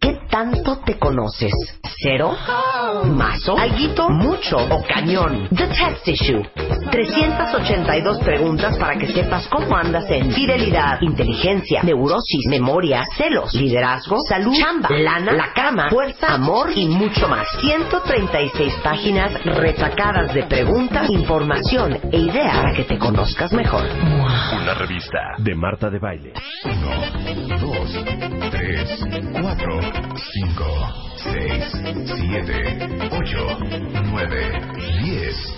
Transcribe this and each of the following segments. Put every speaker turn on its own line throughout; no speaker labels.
¿qué tanto te conoces? ¿Cero? ¿Mazo? ¿Alguito? ¿Mucho? ¿O cañón? The Tax Issue. 382 preguntas para que sepas cómo andas en fidelidad, inteligencia, neurosis, memoria, celos, liderazgo, salud, chamba, lana, la cama, fuerza, amor y mucho más. 136 páginas retacadas de preguntas, información e idea para que te conozcas mejor.
Una revista de Marta de Baile. 1, 2, 3, 4, 5, 6, 7, 8, 9, 10.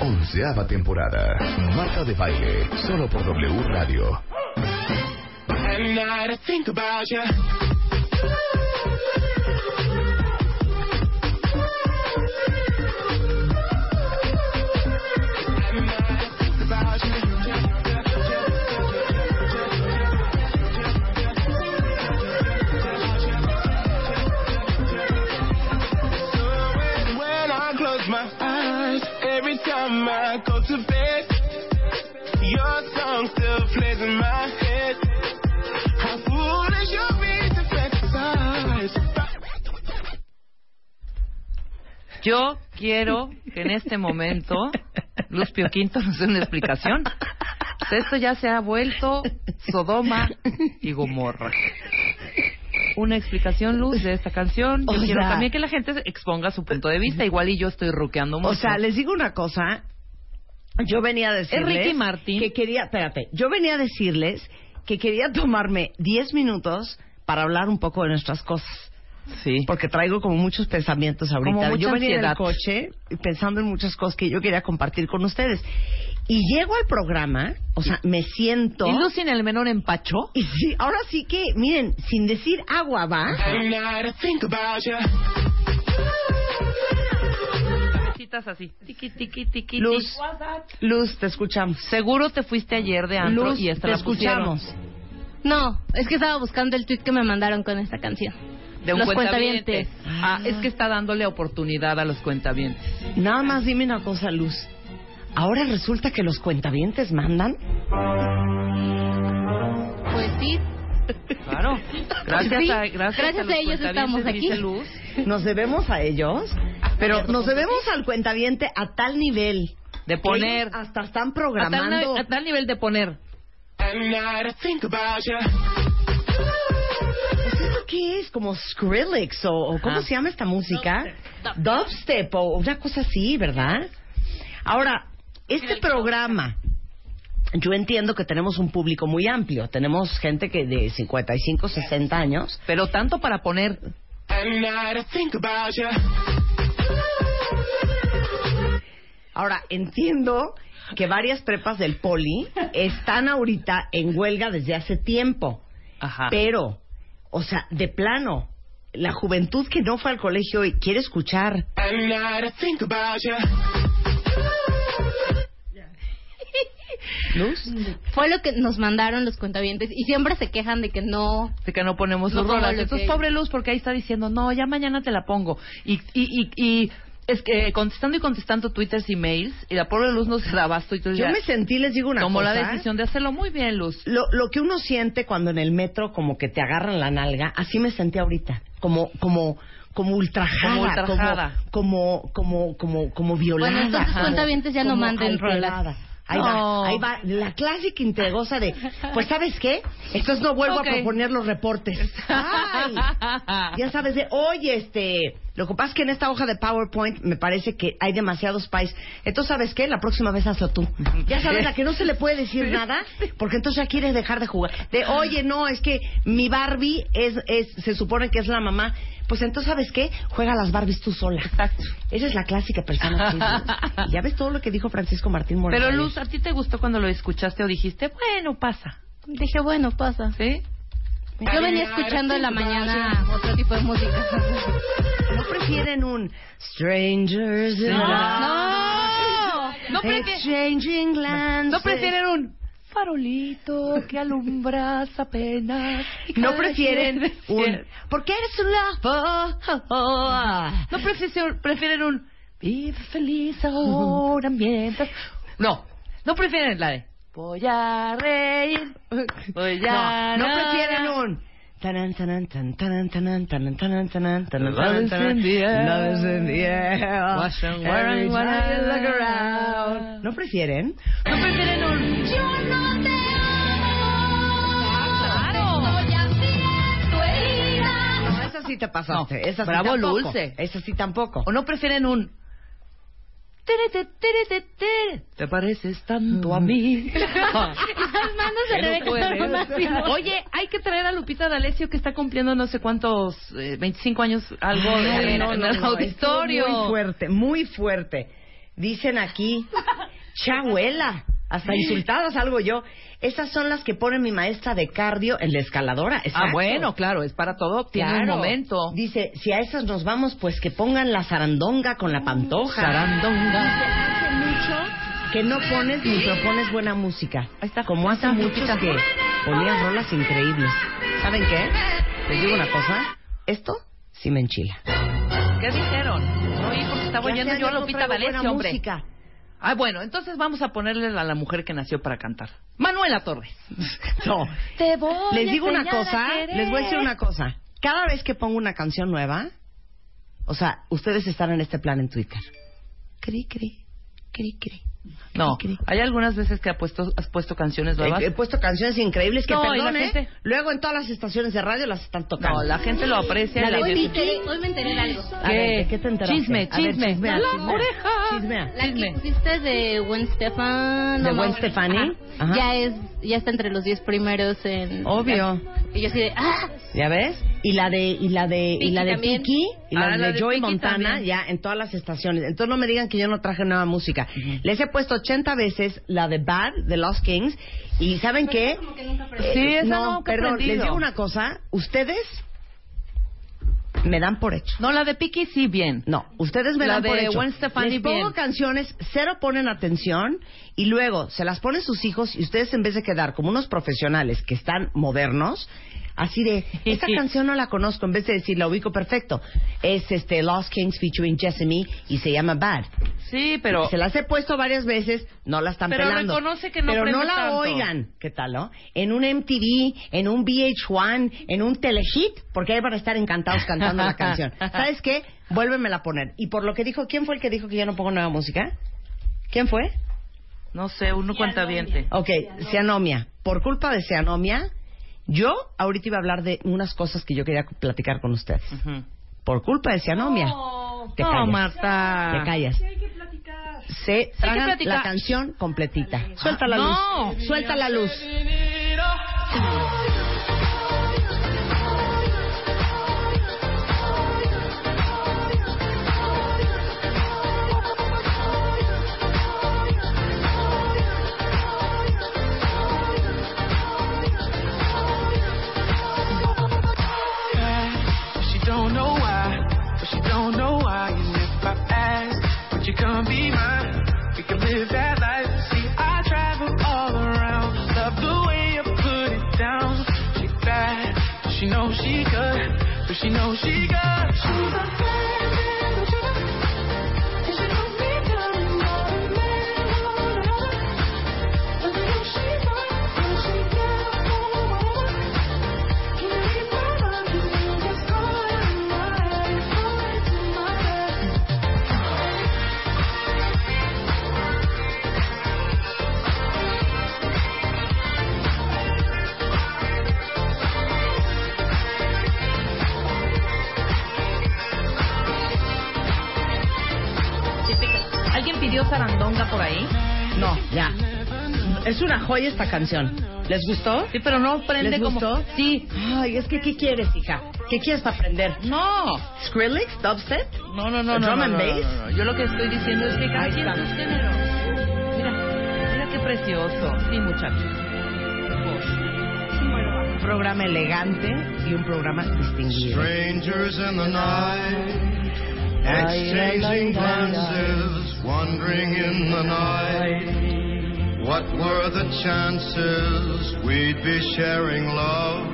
Onceava temporada. Marta de Baile, solo por W Radio.
And now to think about you. When I close my eyes, every time I go to bed, your song still plays in my head. How foolish you'll be to fantasize
Yo quiero que en este momento Luz Pioquinto nos dé una explicación. Pues Esto ya se ha vuelto Sodoma y Gomorra. Una explicación, Luz, de esta canción. Yo
O
quiero
sea-
también que la gente exponga su punto de vista. Igual y yo estoy ruqueando mucho.
O sea, les digo una cosa. Yo venía a decirles
Ricky Martin.
que quería, espérate, yo venía a decirles que quería tomarme 10 minutos para hablar un poco de nuestras cosas,
sí.
porque traigo como muchos pensamientos ahorita.
Como mucha
yo venía en
ansiedad.
el coche pensando en muchas cosas que yo quería compartir con ustedes. Y llego al programa, o sea, me siento
¿Y Luz sin el menor empacho?
y sí, ahora sí que, miren, sin decir agua va.
And now to think about you.
Citas así. Tiqui, tiqui, tiqui,
Luz, Luz, te escuchamos.
tiqui. Seguro te fuiste ayer de antro
Luz,
y hasta
te
la pusieron.
escuchamos.
No, es que estaba buscando el tweet que me mandaron con esta canción.
De un
Los
cuentavientes.
cuentavientes.
Ah, es que está dándole oportunidad a los cuentavientes.
Nada más dime una cosa, Luz. Ahora resulta que los cuentavientes mandan.
Pues sí,
Claro. Gracias
Sí,
a, gracias
gracias
a, los
a ellos estamos
cuentavientes, dice
aquí.
Luz.
Nos debemos a ellos, pero nos debemos al cuentaviente a tal nivel
De
que
poner.
ellos hasta están
A tal,
programando.
a tal nivel de poner.
And now to think about you.
Pues, ¿Esto qué es? Como Skrillex o, o cómo
Ajá.
se llama esta música? Dubstep, o una cosa así, ¿verdad? Ahora, este programa, yo entiendo que tenemos un público muy amplio. Tenemos gente que de 55, 60 años.
Pero tanto para poner.
And now to think about you.
Ahora, entiendo que varias prepas del poli están ahorita en huelga desde hace tiempo,
Ajá.
pero, o sea, de plano, la juventud que no fue al colegio y quiere escuchar.
And now to think about you.
fue lo que nos mandaron los cuentavientes y siempre se quejan de que no.
Así que no ponemos
No
sus
pongo
rolas.
lo que
Entonces,
ellos.
pobre Luz, porque ahí está diciendo, no, ya mañana te la pongo. Y, y, y, y es que contestando y contestando twitters y mails, y la pobre Luz no se da abasto. y entonces
Yo
ya
me sentí, les digo una
tomó
cosa.
la decisión de hacerlo muy bien, Luz.
Lo, lo que uno siente cuando en el metro como que te agarran la nalga, así me sentí ahorita, como como como ultrajada,
Como ultrajada.
como como como como, como violada.
Bueno, entonces
como-
cuentavientes ya no
como
manden
alterada.
rolas.
Ahí
No.
va, ahí va la clásica integosa de, pues sabes qué, entonces no vuelvo
Ok.
a proponer los reportes. Ay, ya sabes de, oye, este, lo que pasa es que en esta hoja de PowerPoint me parece que hay demasiados pais. Entonces, ¿sabes qué? La próxima vez hazlo tú. Ya sabes, la que no se le puede decir nada, porque entonces ya quieres dejar de jugar. De, oye, no, es que mi Barbie es, es, se supone que es la mamá. Pues entonces, ¿sabes qué? Juega a las Barbies tú sola.
Exacto.
Esa es la clásica persona. que es. Y Ya ves todo lo que dijo Francisco Martín Moreno.
Pero Luz, ¿a ti te gustó cuando lo escuchaste o dijiste, bueno, pasa?
Dije, bueno, pasa.
¿Sí?
Yo venía escuchando en la mañana otro tipo de música.
¿no prefieren un Strangers in
No.
Love?
No prefi-
Exchanging glances.
¿No prefieren un farolito que alumbras apenas?
No prefieren un...
un...
Porque eres un
Oh,
lobo.
No prefieren, prefieren un... Vive feliz ahora mientras... No, no prefieren la de... Voy a reír, voy
No,
a...
no
nadar".
prefieren un... Tanan, tanan, tan, tanan, tanan, tanan, tanan, tanan, tanan,
Love is
tanan,
in the air.
Love is in the air.
Wash and
Every
worry when
time
I
you look
look
around. ¿No prefieren?
No prefieren un...
Yo no te
Claro.
amo. Estoy haciendo
No,
herida.
esa sí te pasaste.
No.
Esa sí
Bravo,
tampoco.
Dulce.
Esa sí tampoco.
O no prefieren un... tere, te, tere, te, tere. Te pareces
Mm.
tanto a mí.
Las manos de
Que no
Rebeca
puedes.
son máximo.
Oye, hay que traer a Lupita D'Alessio que está cumpliendo no sé cuántos, eh, 25 años, algo
Ay,
en,
no,
en
no,
el
no,
auditorio.
estuvo Muy fuerte, muy fuerte. Dicen aquí, chabuela, hasta insultadas algo yo. Esas son las que pone mi maestra de cardio en la escaladora.
Ah,
Exacto.
bueno, claro, es para todo, tiene un
Claro.
momento.
Dice, si a esas nos vamos, pues que pongan la zarandonga con
Mm,
la pantoja.
Sarandonga.
Hace mucho que no pones ni propones buena música.
Ahí está.
Como hace
Está,
muchos
está.
que ponías rolas increíbles. ¿Saben qué? Les digo una cosa. Esto sí me enchila.
¿Qué dijeron? Oye, porque estaba
Ya
oyendo
hace
yo a
años no
Lupita
traigo buena
D'Alessio, hombre.
música.
Ah, bueno, entonces vamos a ponerle a la mujer que nació para cantar. Manuela Torres.
No.
Te voy
Les
a
digo una
enseñar a
cosa,
querer.
les voy a decir una cosa. Cada vez que pongo una canción nueva, o sea, ustedes están en este plan en Twitter. Cri, cri, cri, cri.
No, hay algunas veces que ha puesto, has puesto canciones nuevas.
He, he puesto canciones increíbles que,
No, y la
perdón, ¿eh?
gente-
luego en todas las estaciones de radio las están tocando.
No, la gente lo aprecia. y
La
la
Hoy me
gente-
enteré, hoy me enteré de algo.
A ver, ¿de ¿Qué te enteraste?
Chisme,
A ver,
chisme.
chismea, Ah,
¡No,
chismea,
oreja!
chismea.
La
Dime.
que pusiste de Gwen Stefani.
¿De
no,
Gwen
no,
Stefani?
ajá,
Ajá.
Ya es, ya está entre los 10 primeros en...
Obvio.
Y yo así de, ¡ah!
¿Ya ves? Y la de y la de y
Piki
la de
también.
Piki y la,
Ah, la
de,
de
Joey
Piki
Montana
también.
ya en todas las estaciones. Entonces no me digan que yo no traje nueva música. Les he puesto 80 veces la de Bad de Los Kings y ¿saben qué?
Como que nunca aprendí.
Eh,
Sí, esa
no,
nunca he
perdón,
aprendido.
les digo una cosa, ustedes me dan por hecho.
No, la de Piki sí bien.
No, ustedes me
La
dan por
de
hecho.
Gwen Stefani,
Les pongo
bien.
canciones, cero ponen atención y luego se las ponen sus hijos y ustedes en vez de quedar como unos profesionales que están modernos, así de esta canción no la conozco, en vez de decir la ubico perfecto, es este Lost Kings featuring Jessamy y se llama Bad.
Sí, pero...
se las he puesto varias veces, no la están
Pero
pelando.
reconoce que no
Pero no
aprendes
la
tanto.
oigan, ¿qué tal, no? En un MTV, en un VH1, en un telehit, porque ahí van a estar encantados cantando la canción. ¿Sabes qué? Vuélvemela a poner. Y por lo que dijo, ¿quién fue el que dijo que yo no pongo nueva música? ¿Quién fue?
No sé, uno cuenta bien.
Ok, Seanomia. Por culpa de Seanomia, yo ahorita iba a hablar de unas cosas que yo quería platicar con ustedes. Por culpa de Seanomia. Te
no,
callas.
Marta.
Te callas. Se tragan
Ah. platicar.
la canción completita. Suelta la
No.
luz. Suelta la luz.
But she don't know why, but she don't know why. And if I ask, would you come be mine? We can live that life. See, I travel all around. Love the way you put it down. She bad, but she knows she good, but she knows she good. She's a
¿Alguien pidió zarandonga por ahí?
No, ya. Es una joya esta canción. ¿Les gustó?
Sí, pero no prende
¿Les
como...
gustó?
Sí.
Ay, es que ¿qué quieres, hija? ¿Qué quieres para aprender?
No.
¿Skrillex? ¿Dubstep?
No, no, no, no.
Drum
no,
and
no,
bass?
no, no, no. Yo lo que estoy diciendo es que cada
Ahí
quien
está.
sus géneros. Mira, mira qué precioso. Sí, muchachos.
Un programa elegante y un programa distinguido.
Strangers in the night, exchanging glances, wandering in the night. What were the chances we'd be sharing love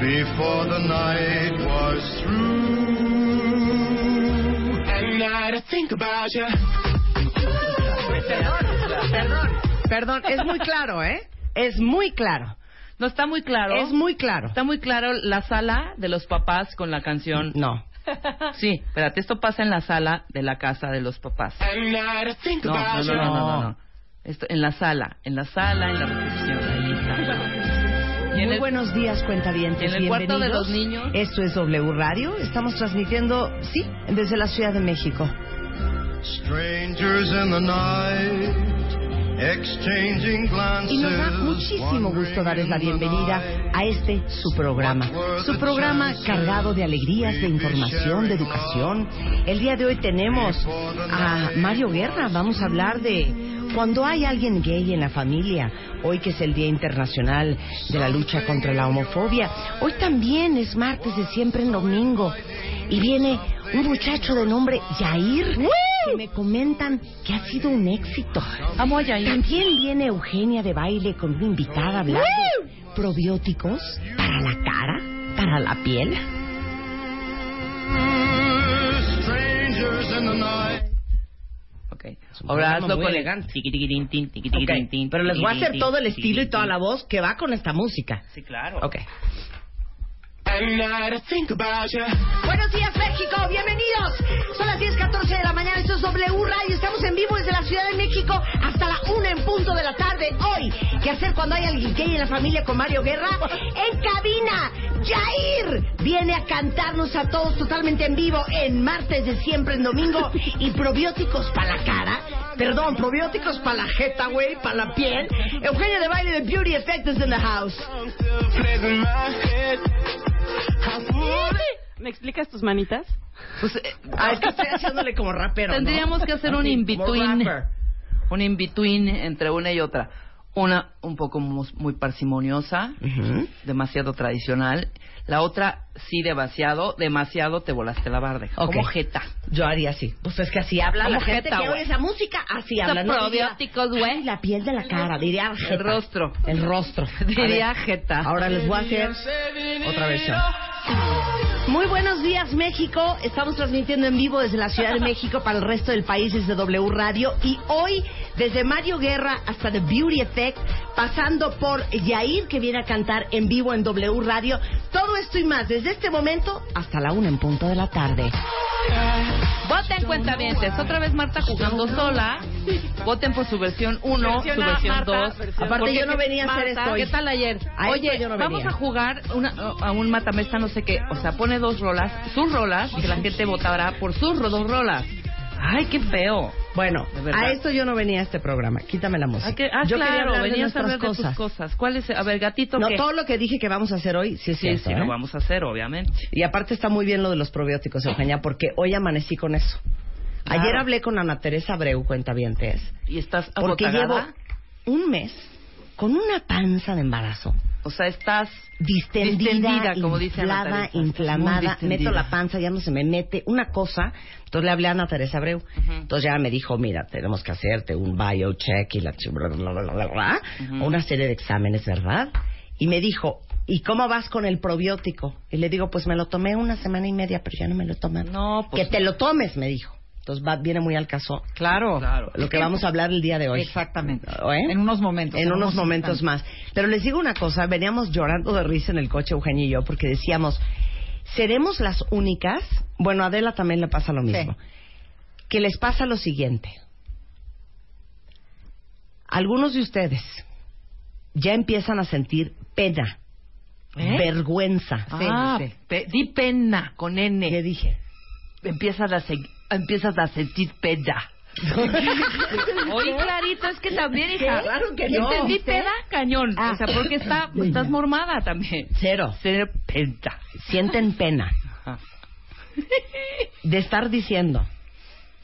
before the night was through?
Mm-hmm. And I to think about you.
Perdón, perdón. Perdón, es muy claro, ¿eh? Es muy claro.
No está muy claro.
Es muy claro.
Está muy claro la sala de los papás con la canción.
No.
Sí, espérate, esto pasa en la sala de la casa de los papás.
And now to think
No, no,
about
no,
you.
no, no, no, no. Esto, en la sala, en la sala, en la recepción. Ahí está. Y en
Muy
el-
buenos días, cuentavientes.
y en el
Bienvenidos.
cuarto de los niños.
Esto es W Radio. Estamos transmitiendo, sí, desde la Ciudad de México.
Strangers in the night, exchanging glances.
Y nos da muchísimo gusto darles la bienvenida a este su programa. Su programa cargado de alegrías, de información, de educación. El día de hoy tenemos a Mario Guerra. Vamos a hablar de cuando hay alguien gay en la familia. Hoy que es el Día Internacional de la Lucha contra la Homofobia. Hoy también es martes de siempre en domingo. Y viene un muchacho de nombre Yair. Que me comentan que ha sido un éxito.
Amo a Yair.
También viene Eugenia de baile con una invitada hablando de probióticos para la cara, para la piel.
Strangers in the night.
Ok.
un programa
Ahora hazlo
muy
con
elegante.
Tiquitiquitín, tin, tiquitiquitín, tin,
Pero les voy a hacer
tiquitiquitín,
todo el estilo y toda la
tiquitiquitín.
voz que va con esta música.
Sí, claro.
Ok.
And now to think about you.
Buenos días, México. Bienvenidos. Son las 10.14 de la mañana. Esto es W Radio. Estamos en vivo desde la Ciudad de México hasta la 1 en punto de la tarde. Hoy, ¿qué hacer cuando hay alguien gay en la familia con Mario Guerra? En cabina, Jair viene a cantarnos a todos totalmente en vivo en martes de siempre, en domingo. Y probióticos para la cara. Perdón, probióticos para la jeta, güey, para la piel. Eugenia de Baile de Beauty Effect is in the house.
I'm still pleasing my head. How foolish.
¿Me explicas tus manitas?
Pues, eh,
Ah, es que estoy haciéndole como rapero, ¿no?
Tendríamos que hacer un
Así,
in-between.
como rapper.
un in-between entre una y otra. Una un poco mus- muy parsimoniosa, demasiado tradicional. La otra, sí, demasiado, demasiado te volaste la barda.
Ok.
Como jeta.
Yo haría así. Pues es que así habla la
Como
gente
jeta,
que
güey.
oye esa música, así
Son
habla.
probióticos,
diría,
güey.
"Ay, La piel de la cara, diría jeta.
El rostro.
El rostro.
Diría
A ver,
jeta.
Ahora les voy a hacer otra versión. Muy buenos días, México. Estamos transmitiendo en vivo desde la Ciudad de México para el resto del país desde W Radio. Y hoy, desde Mario Guerra hasta The Beauty Effect, pasando por Yair, que viene a cantar en vivo en W Radio. Todo esto y más, desde este momento hasta la una en punto de la tarde.
Voten cuentavientes. Otra vez Marta jugando sola. Voten por su versión 1, su
Versión A,
versión
Marta,
2.
versión-
Aparte, yo no venía a hacer esto hoy.
¿Qué tal ayer?
A
Oye,
esto yo no
vamos
venía.
a jugar una, a un matamesta, no sé qué. O sea, pone dos rolas, sus rolas, y que la gente votará por sus ro- dos rolas. Ay, qué feo.
Bueno,
De verdad.
a esto yo no venía a este programa. Quítame la música.
Ah, que- ah,
yo quería
claro,
hablar de
venías a
nuestras
hablar de
cosas.
tus cosas. ¿Cuál es? A ver, gatito,
No,
¿qué?
todo lo que dije que vamos a hacer hoy, sí es
Sí,
cierto.
sí,
¿eh?
lo vamos a hacer, obviamente.
Y aparte está muy bien lo de los probióticos, Eugenia, porque hoy amanecí con eso.
Claro.
Ayer hablé con Ana Teresa Abreu, cuentavientes,
¿Y estás
porque
abotagada?
llevo un mes con una panza de embarazo.
O sea, estás...
Distendida,
Distendida, como dice Ana
inflada,
Teresa. Muy
inflamada,
distendida.
meto la panza, ya no se me mete, una cosa. Entonces le hablé a Ana Teresa Abreu. Entonces ya me dijo, mira, tenemos que hacerte un biocheck y la chi- bla, bla, bla, bla, bla, bla,
Ujú.
una serie de exámenes, ¿verdad? Y me dijo, ¿y cómo vas con el probiótico? Y le digo, pues me lo tomé una semana y media, pero ya no me lo toman.
No, pues...
Que te lo tomes, me dijo. Entonces va- viene muy al caso
Claro.
Claro.
lo que vamos a hablar el día de hoy.
Exactamente.
¿Eh?
En unos momentos.
En unos momentos más. Pero les digo una cosa, veníamos llorando de risa en el coche Eugenio y yo porque decíamos, ¿seremos las únicas? Bueno, a Adela también le pasa lo mismo. Que les pasa lo siguiente. Algunos de ustedes ya empiezan a sentir pena,
¿Eh?
vergüenza.
Ah, pe- di pena con N.
¿Qué dije?
empiezas a, se- empiezas a sentir peda. Oye, clarito, es que también, hija.
Claro que no.
Entendí
¿Sí?
peda cañón.
Ah.
O sea, porque está, estás mormada también.
Cero.
Ser peda.
Sienten pena
Ajá.
de estar diciendo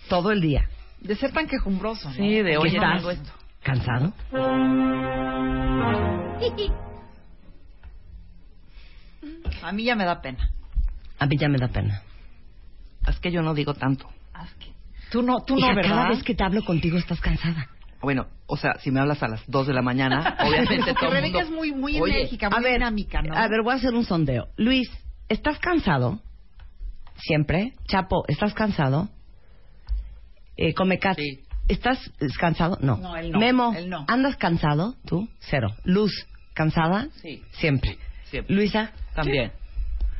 todo el día
De ser tan quejumbroso. ¿no?
Sí, de
¿Qué
oye, no
estás?
hago esto.
¿Cansado?
A mí ya me da pena.
A mí ya me da pena.
Es que yo no digo tanto.
Tú no, tú
Hija,
no, ¿verdad?
cada vez que te hablo contigo estás cansada.
Bueno, o sea, si me hablas a las 2 de la mañana, obviamente todo
Porque
el
Rebeca es
mundo...
muy, muy
Oye,
enérgica, muy dinámica, ¿no?
A ver, voy a hacer un sondeo. Luis, ¿estás cansado? Siempre. Chapo, ¿estás cansado? Eh, Comecat,
Sí.
¿estás eh, cansado? No.
No, él no,
Memo,
él no.
¿andas cansado? Tú, cero. Luz, ¿Cansada?
Sí.
Siempre.
Siempre.
Luisa,
También.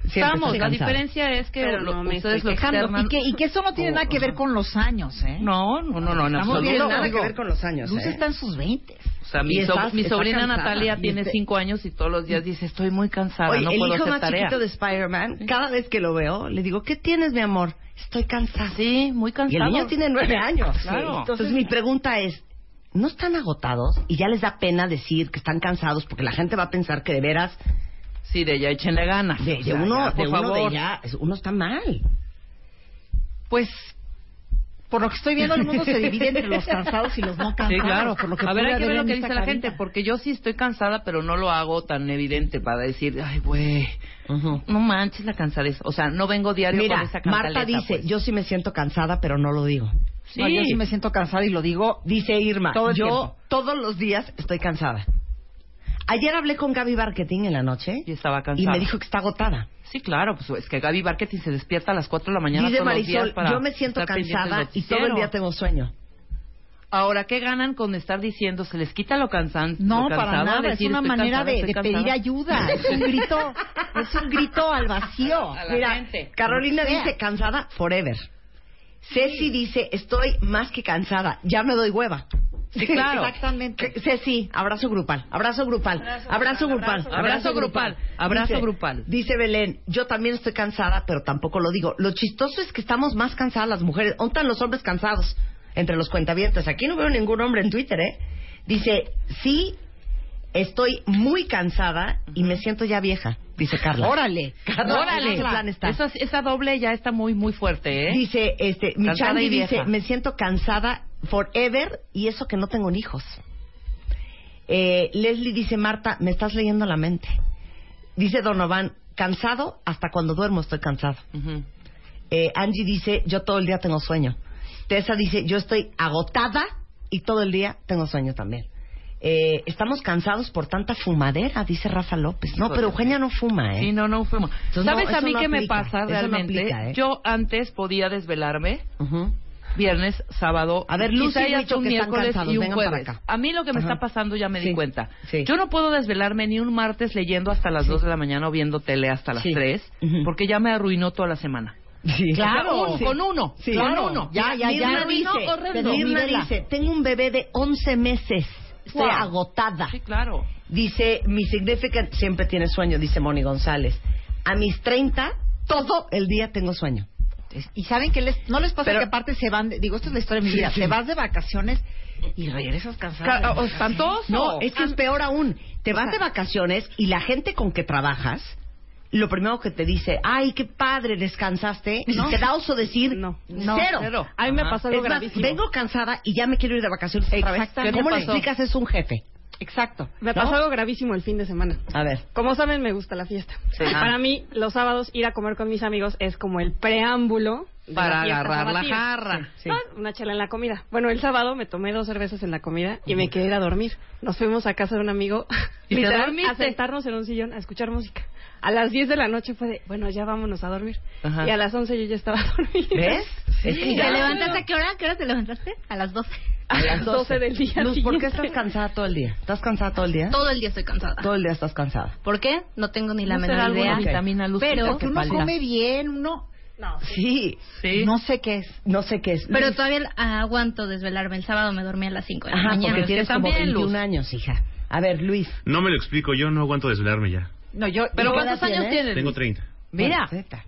siempre estás
Estamos, la
cansada.
diferencia es que
Pero
lo-
no me
ustedes
estoy
lo
quejando.
externan. Oh.
Y que, y que eso no tiene nada que ver con los años, ¿eh?
No, no, no, no, en
Estamos bien,
absoluto.
Nada
digo,
que ver con los años.
Luz
¿eh?
está en sus 20.
O sea, mi,
Y
so-
estás-
mi
está
sobrina
cansada.
Natalia
Y
tiene
este-
cinco años y todos los días dice, estoy muy cansada,
Oye,
no
el
puedo
hijo
hacer
más
tarea.
chiquito de Spider-Man, cada vez que lo veo, le digo, ¿qué tienes, mi amor? Estoy cansada.
Sí, muy
Y
cansado.
el niño tiene nueve años.
Claro.
Sí. Entonces, mi pregunta es, ¿no están agotados y ya les da pena decir que están cansados porque la gente va a pensar que de veras,
Sí, de ya échenle ganas.
de,
O
de
sea,
uno,
ya, por
de uno
favor.
de ya, es- uno está mal?
Pues, por lo que estoy viendo, el mundo se divide entre los cansados y los no cansados.
Sí, claro.
Por lo que
a ver,
pude
hay que ver lo
en
que
esta
dice la
carita.
gente, porque yo sí estoy cansada, pero no lo hago tan evidente para decir, ay, güey, no manches la cansadez. O sea, no vengo diario con
Mira,
esa cantaleta.
Marta dice,
pues.
yo sí me siento cansada, pero no lo digo.
No, yo sí me siento cansada y lo digo.
Dice Irma,
Todo el
yo
tiempo.
todos los días estoy cansada. Ayer hablé con Gaby Barquetín en la noche
Y estaba
y
cansada.
me dijo que está agotada.
Sí, claro, pues es que Gaby Barquetín se despierta a las 4 de la mañana
Dice
todos los días
Marisol,
para
yo me siento
estar pendiente del
cansada y todo el
noticiero.
día tengo sueño.
Ahora, ¿qué ganan con estar diciendo? ¿Se les quita lo, cansan
No,
lo cansado?
para nada. es
Decir,
una
"Estoy
manera
cansada,
de,
estoy
de
cansada"?
pedir ayuda. Es un grito, es un grito al vacío.
A la
Mira,
gente.
Carolina
Como sea.
dice cansada forever. Ceci dice estoy más que cansada, ya me doy hueva.
Sí, claro.
Exactamente.
Que- Ceci, abrazo grupal, abrazo grupal, abrazo grupal,
Abrazo grupal, abrazo
Dice-
grupal.
Dice Belén, yo también estoy cansada, pero tampoco lo digo. Lo chistoso es que estamos más cansadas las mujeres. ¿Dónde están los hombres cansados? Entre los cuentavientes. Aquí no veo ningún hombre en Twitter, ¿eh? Dice, sí, estoy muy cansada y me siento ya vieja, dice Carla.
Órale.
Carla,
Órale.
¿en qué plan está?
Esa, esa doble ya está muy, muy fuerte, ¿eh?
Dice, este, mi
Cansada
Chandy
y vieja.
dice, me siento cansada forever y eso que no tengo ni hijos. Eh, Leslie dice, Marta, me estás leyendo la mente. Dice Donovan, cansado, hasta cuando duermo estoy cansado.
Ujú.
Eh, Angie dice, yo todo el día tengo sueño. Tessa dice, yo estoy agotada y todo el día tengo sueño también. Eh, estamos cansados por tanta fumadera, dice Rafa López. No,
Híjole.
pero Eugenia no fuma, ¿eh?
Sí, no, no fuimos.
Entonces,
¿Sabes
no,
a
eso
mí
no
qué me
aplica,
pasa
eso no
realmente?
aplica, ¿eh?
Yo antes podía desvelarme
Ujú.
viernes, sábado,
A ver,
quizá
Lucy y
ya
Huicho,
un
que están
miércoles
cansados,
y un
vengan para
jueves.
acá.
A mí lo que me
Ajá.
está pasando ya me
Sí,
di cuenta.
sí.
Yo no puedo desvelarme ni un martes leyendo hasta las 2 de la mañana o viendo tele hasta las
Sí.
3,
Ujú.
porque ya me arruinó toda la semana.
Sí.
O sea, un- con uno,
Sí.
con
Claro.
uno.
Ya, ya, ya.
Mirna dice, horrendo.
Mirna
Mirela.
dice, tengo un bebé de 11 meses. Estoy
Wow.
agotada.
Sí, claro.
Dice, mi significant siempre tiene sueño, dice Moni González. A mis 30, todo el día tengo sueño.
Y saben que les, no les pasa
Pero-
que aparte se van, de- digo, esta es la historia de mi vida,
Sí, sí.
se vas de vacaciones y regresas cansada.
Ca- o espantoso.
No, es que es peor aún. Te vas
sea-
de vacaciones y la gente con que trabajas, lo primero que te dice, ay, qué padre, descansaste, y te da oso decir,
No,
no,
cero.
cero.
A mí me
Ajá.
pasó algo
Es más,
gravísimo.
vengo cansada y ya me quiero ir de vacaciones otra vez.
Exactamente.
¿Cómo
¿Qué
le
pasó?
explicas eso a un jefe?
Exacto.
Me
¿No?
pasó algo gravísimo el fin de semana.
A ver.
Como saben, me gusta la fiesta.
Sí.
Y Para mí, los sábados ir a comer con mis amigos es como el preámbulo de
Para
la fiesta
agarrar la
sabatina.
jarra.
Sí.
Ah, una chela en la comida. Bueno, el sábado me tomé dos cervezas en la comida y me quedé a dormir. Nos fuimos a casa de un amigo
¿Y te
literal,
dormiste?
a sentarnos en un sillón a escuchar música. A las 10 de la noche fue de, bueno, ya vámonos a dormir.
Ajá.
Y a las 11 yo ya estaba dormida.
¿Ves? Es que
¿Y
ya-
te levantaste a qué hora? ¿Qué hora te levantaste? A las 12.
A las 12 del día
Luz, ¿por qué
siguiente.
estás cansada todo el día? ¿Estás cansada todo el día?
Todo el día estoy cansada.
Todo el día estás cansada.
¿Por qué? No tengo ni la
¿No será
menor
alguna
idea.
vitamina luz
pero,
que
Porque uno
falta?
come bien, uno
Sí.
Sí.
no sé qué es.
No sé qué es.
pero
Luz,
todavía aguanto desvelarme. El sábado me dormí a las 5 de la
Ajá,
mañana.
porque tienes como
también,
21
Luz.
años, hija. A ver, Luis.
No me lo explico, yo no aguanto desvelarme ya.
No, yo.
¿Pero
yo-
cuántos años tienes?
Tengo 30.
Mira.
Zeta.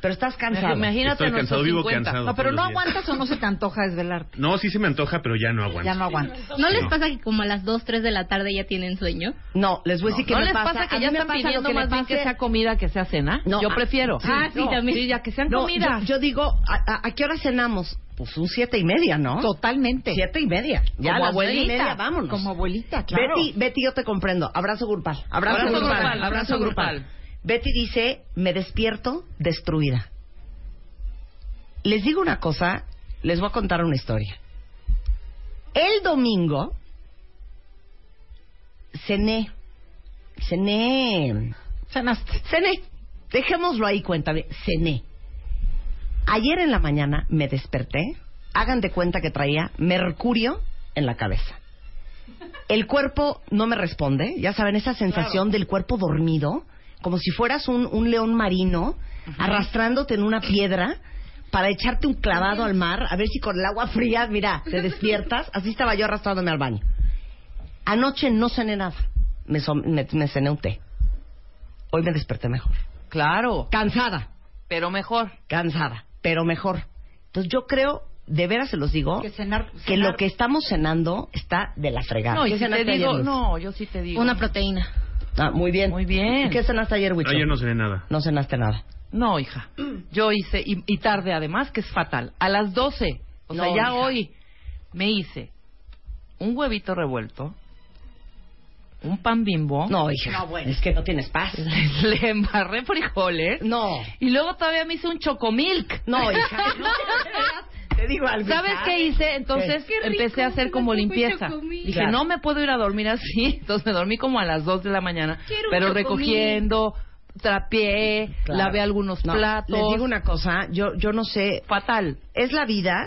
Pero estás cansada.
Imagínate
Estoy cansado,
nuestros
vivo
50.
cansado.
No, pero
todos
no
los días.
aguantas o no se te antoja desvelarte.
No, sí se me antoja, pero ya no aguanto.
Ya no aguantas.
¿No les
No.
pasa que como a las 2, 3 de la tarde ya tienen sueño?
No, les voy a decir que
¿No
me
les pasa, que
A
ya
mí me
están
pasa lo
pidiendo
que me
más bien que
pase-
sea comida que sea cena?
No,
yo
ah,
prefiero.
sí, Ah, sí, no.
también.
Sí, ya que sean
No,
comida.
Yo, yo digo, ¿a, a, a qué hora cenamos? Pues un siete y media, ¿no?
Totalmente.
Siete y media. Ya
Como
a las nueve y
abuelita.
media, vámonos.
Como abuelita, claro.
Betty, Betty, yo te comprendo. Abrazo grupal. Abrazo,
Ah, Abrazo
grupal.
grupal, abrazo grupal.
Betty dice, me despierto destruida. Les digo una cosa, les voy a contar una historia. El domingo cené, cené,
Cenaste.
cené. Dejémoslo ahí, cuéntame, cené. Ayer en la mañana me desperté, hagan de cuenta que traía mercurio en la cabeza. el cuerpo no me responde, ya saben, esa sensación del cuerpo dormido, como si fueras un, un león marino arrastrándote en una piedra para echarte un clavado al mar, a ver si con el agua fría, mira, te despiertas. Así estaba yo arrastrándome al baño. Anoche no cené nada, me, som- me- me cené un té. Hoy me desperté mejor.
Claro.
Cansada,
Pero mejor.
cansada, pero mejor. Entonces yo creo, de veras se los digo,
Que cenar-
que
cenar-
lo que estamos cenando está de la fregada.
No,
¿Qué
yo sí te
cenaste
digo,
ayer, Luz?
no, yo sí te digo.
Una proteína.
Ah, muy bien.
Muy bien.
¿Y ¿Qué cenaste ayer, Wicho?
Ayer no cené nada.
No cenaste nada.
No, hija. Yo hice, y, y tarde además, que es fatal. A las 12, o sea,
No,
ya
hija.
hoy, me hice un huevito revuelto, un pan bimbo,
No, hija.
No, bueno.
Es que no tienes paz.
le embarré frijoles,
No.
y luego todavía me hice un chocomilk.
No, hija. no, de veras, te digo algo.
¿Sabes
hija.
qué hice? Entonces
Qué rico,
empecé a hacer como
me tocó
limpieza.
chocomil.
Dije,
Claro.
no me puedo ir a dormir así. Entonces me dormí como a las 2 de la mañana.
Quiero un
Pero
chocomil.
recogiendo, trapeé,
Claro.
lavé algunos
No,
platos.
Les digo una cosa. Yo, yo no sé.
Fatal.
Es la vida.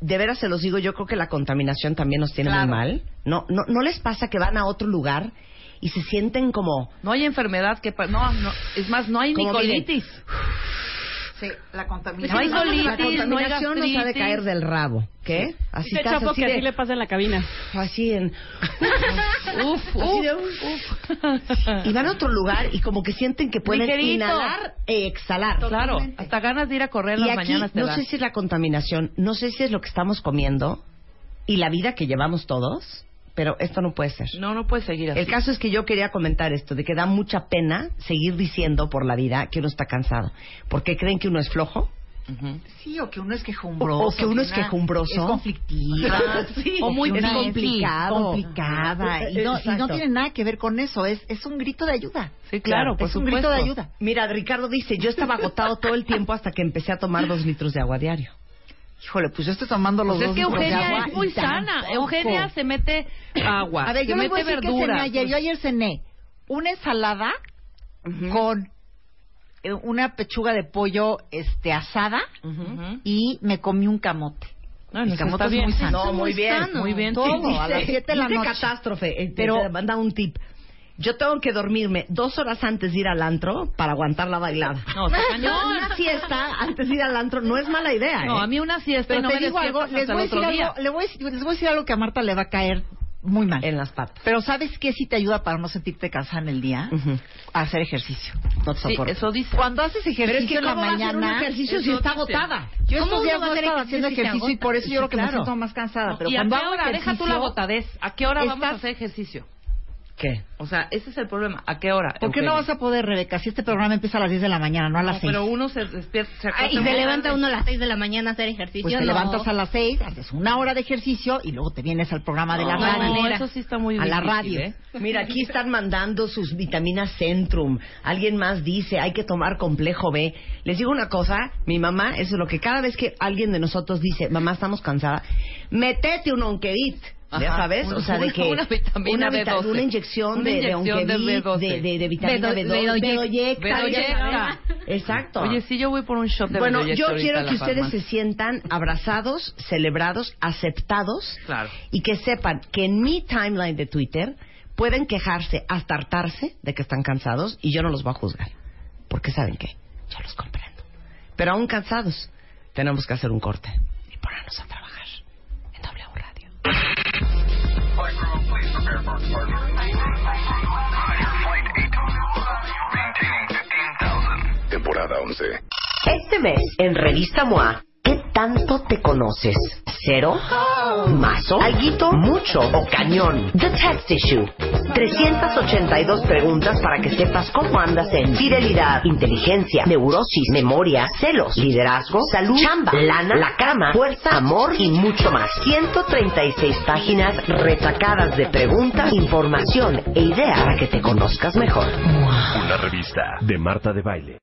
De veras se los digo, yo creo que la contaminación también nos tiene
Claro.
muy mal. No, no, no les pasa que van a otro lugar y se sienten como
No hay enfermedad que... pa- No, no, es más, no hay ni
Como
colitis.
Sí, la
No
contaminación.
hay colitis,
pues, la contaminación
no hay
nos ha de
gastritis.
caer del rabo, ¿qué? Así
Dice
estás
Chapo
así
que
de-
así le pasa en la cabina.
así en
Uf,
Así de,
uf, uf.
y van a otro lugar y como que sienten que pueden
Ligerito.
inhalar e exhalar.
Claro, hasta ganas de ir a correr en
Y
las
aquí
mañanas te
no
da.
sé si es la contaminación, no sé si es lo que estamos comiendo y la vida que llevamos todos, pero esto no puede ser.
No, no puedes seguir así.
El caso es que yo quería comentar esto, de que da mucha pena seguir diciendo por la vida que uno está cansado. Porque creen que uno es flojo,
Ujú.
Sí, o que uno es quejumbroso.
O- o que uno es
una
quejumbroso.
Es conflictiva.
Sí.
que
Es
una
complicado. Eh,
complicada. Y no, y
Exacto.
no tiene nada que ver con eso. Es, es un grito de ayuda.
Sí, claro, por
es un grito de
supuesto.
ayuda.
Mira, Ricardo dice, yo estaba agotado todo el tiempo hasta que empecé a tomar dos litros de agua diario.
Híjole, pues yo estoy tomando los
Pues
dos
es que
litros de
Eugenia
agua
es muy
y
sana.
tampoco.
Eugenia se mete agua,
A ver,
se
yo les voy
mete
a decir qué
verduras.
cené ayer. Yo ayer cené una ensalada con eh, una pechuga de pollo este asada
Ujú.
y me comí un camote.
No, no,
El
eso
camote
está
es
bien.
muy sano.
No, muy bien,
muy bien.
Todo, a las
Dice-
siete de la
dice
noche.
catástrofe. eh, te-
Pero-
te manda un tip. Yo tengo que dormirme dos horas antes de ir al antro para aguantar la bailada.
No, está cañón.
Una siesta antes de ir al antro no es mala idea.
No,
¿eh?
a mí una siesta y
Pero
no
te
me
digo
despiertas
algo, les
hasta
voy, a
el otro
decir
día.
algo le voy a decir- les voy a decir algo que a Marta le va a caer muy mal.
En las patas.
Pero ¿sabes qué sí te ayuda para no sentirte cansada en el día?
Ujú.
A hacer ejercicio.
No te
Sí,
soporto.
eso dice.
Cuando haces ejercicio
Pero es que
en la
¿cómo va a
mañana...
hacer un ejercicio si
eso
está
dice.
agotada?
Yo
¿Cómo
estos días
uno va
no
a hacer
estaba haciendo
ejercicio si
ejercicio
te
y por eso yo
Sí,
creo que
claro.
me siento más cansada. Pero
¿Y a qué
cuando hago
hora? Deja tú la
ejercicio-
agotadez. ¿A qué hora vamos a
estás-
hacer ejercicio?
¿Qué?
O sea, ese es el problema. ¿A qué hora?
¿Por qué no vas a poder, Rebeca? Si este programa empieza a las 10 de la mañana, no a las 6.
Pero uno se despierta. se
Ah, y
acuesta
se
muy
levanta
tarde.
uno a las 6 de la mañana a hacer ejercicio.
Pues te
no.
levantas a las 6, haces una hora de ejercicio y luego te vienes al programa de la
No,
radio.
eso sí está muy
A la
difícil,
radio.
¿eh?
Mira, aquí están mandando sus vitaminas Centrum. Alguien más dice, hay que tomar complejo B. Les digo una cosa, mi mamá, eso es lo que cada vez que alguien de nosotros dice, mamá, estamos cansada, metete un Onquevit. Ya
Ajá,
sabes,
un-
o sea, de que
una vitamina
una, vita-
B12.
una inyección
Una
de, de
inyección de
Onquevit,
B12.
de, de- de vitamina
Bedo-
B12,
Bedoyecta.
Bedoyecta. Exacto.
Oye, sí, yo voy por un shot de
Bueno,
Bedoyecta
yo
ahorita a
quiero
la
que ustedes
farmacia.
se sientan abrazados, celebrados, aceptados
Claro.
y que sepan que en mi timeline de Twitter pueden quejarse, hasta hartarse de que están cansados y yo no los voy a juzgar. Porque saben qué, yo los comprendo. Pero aún cansados, tenemos que hacer un corte y ponernos a trabajar en W Radio.
Temporada 11.
Este mes, en Revista MOA, ¿qué tanto te conoces? ¿Cero? ¿Mazo? ¿Alguito? ¿Mucho? ¿O cañón? The Tax Issue. 382 preguntas para que sepas cómo andas en fidelidad, inteligencia, neurosis, memoria, celos, liderazgo, salud, chamba, lana, la cama, fuerza, amor y mucho más. 136 páginas retacadas de preguntas, información e ideas para que te conozcas mejor.
Una revista de Marta de Baile.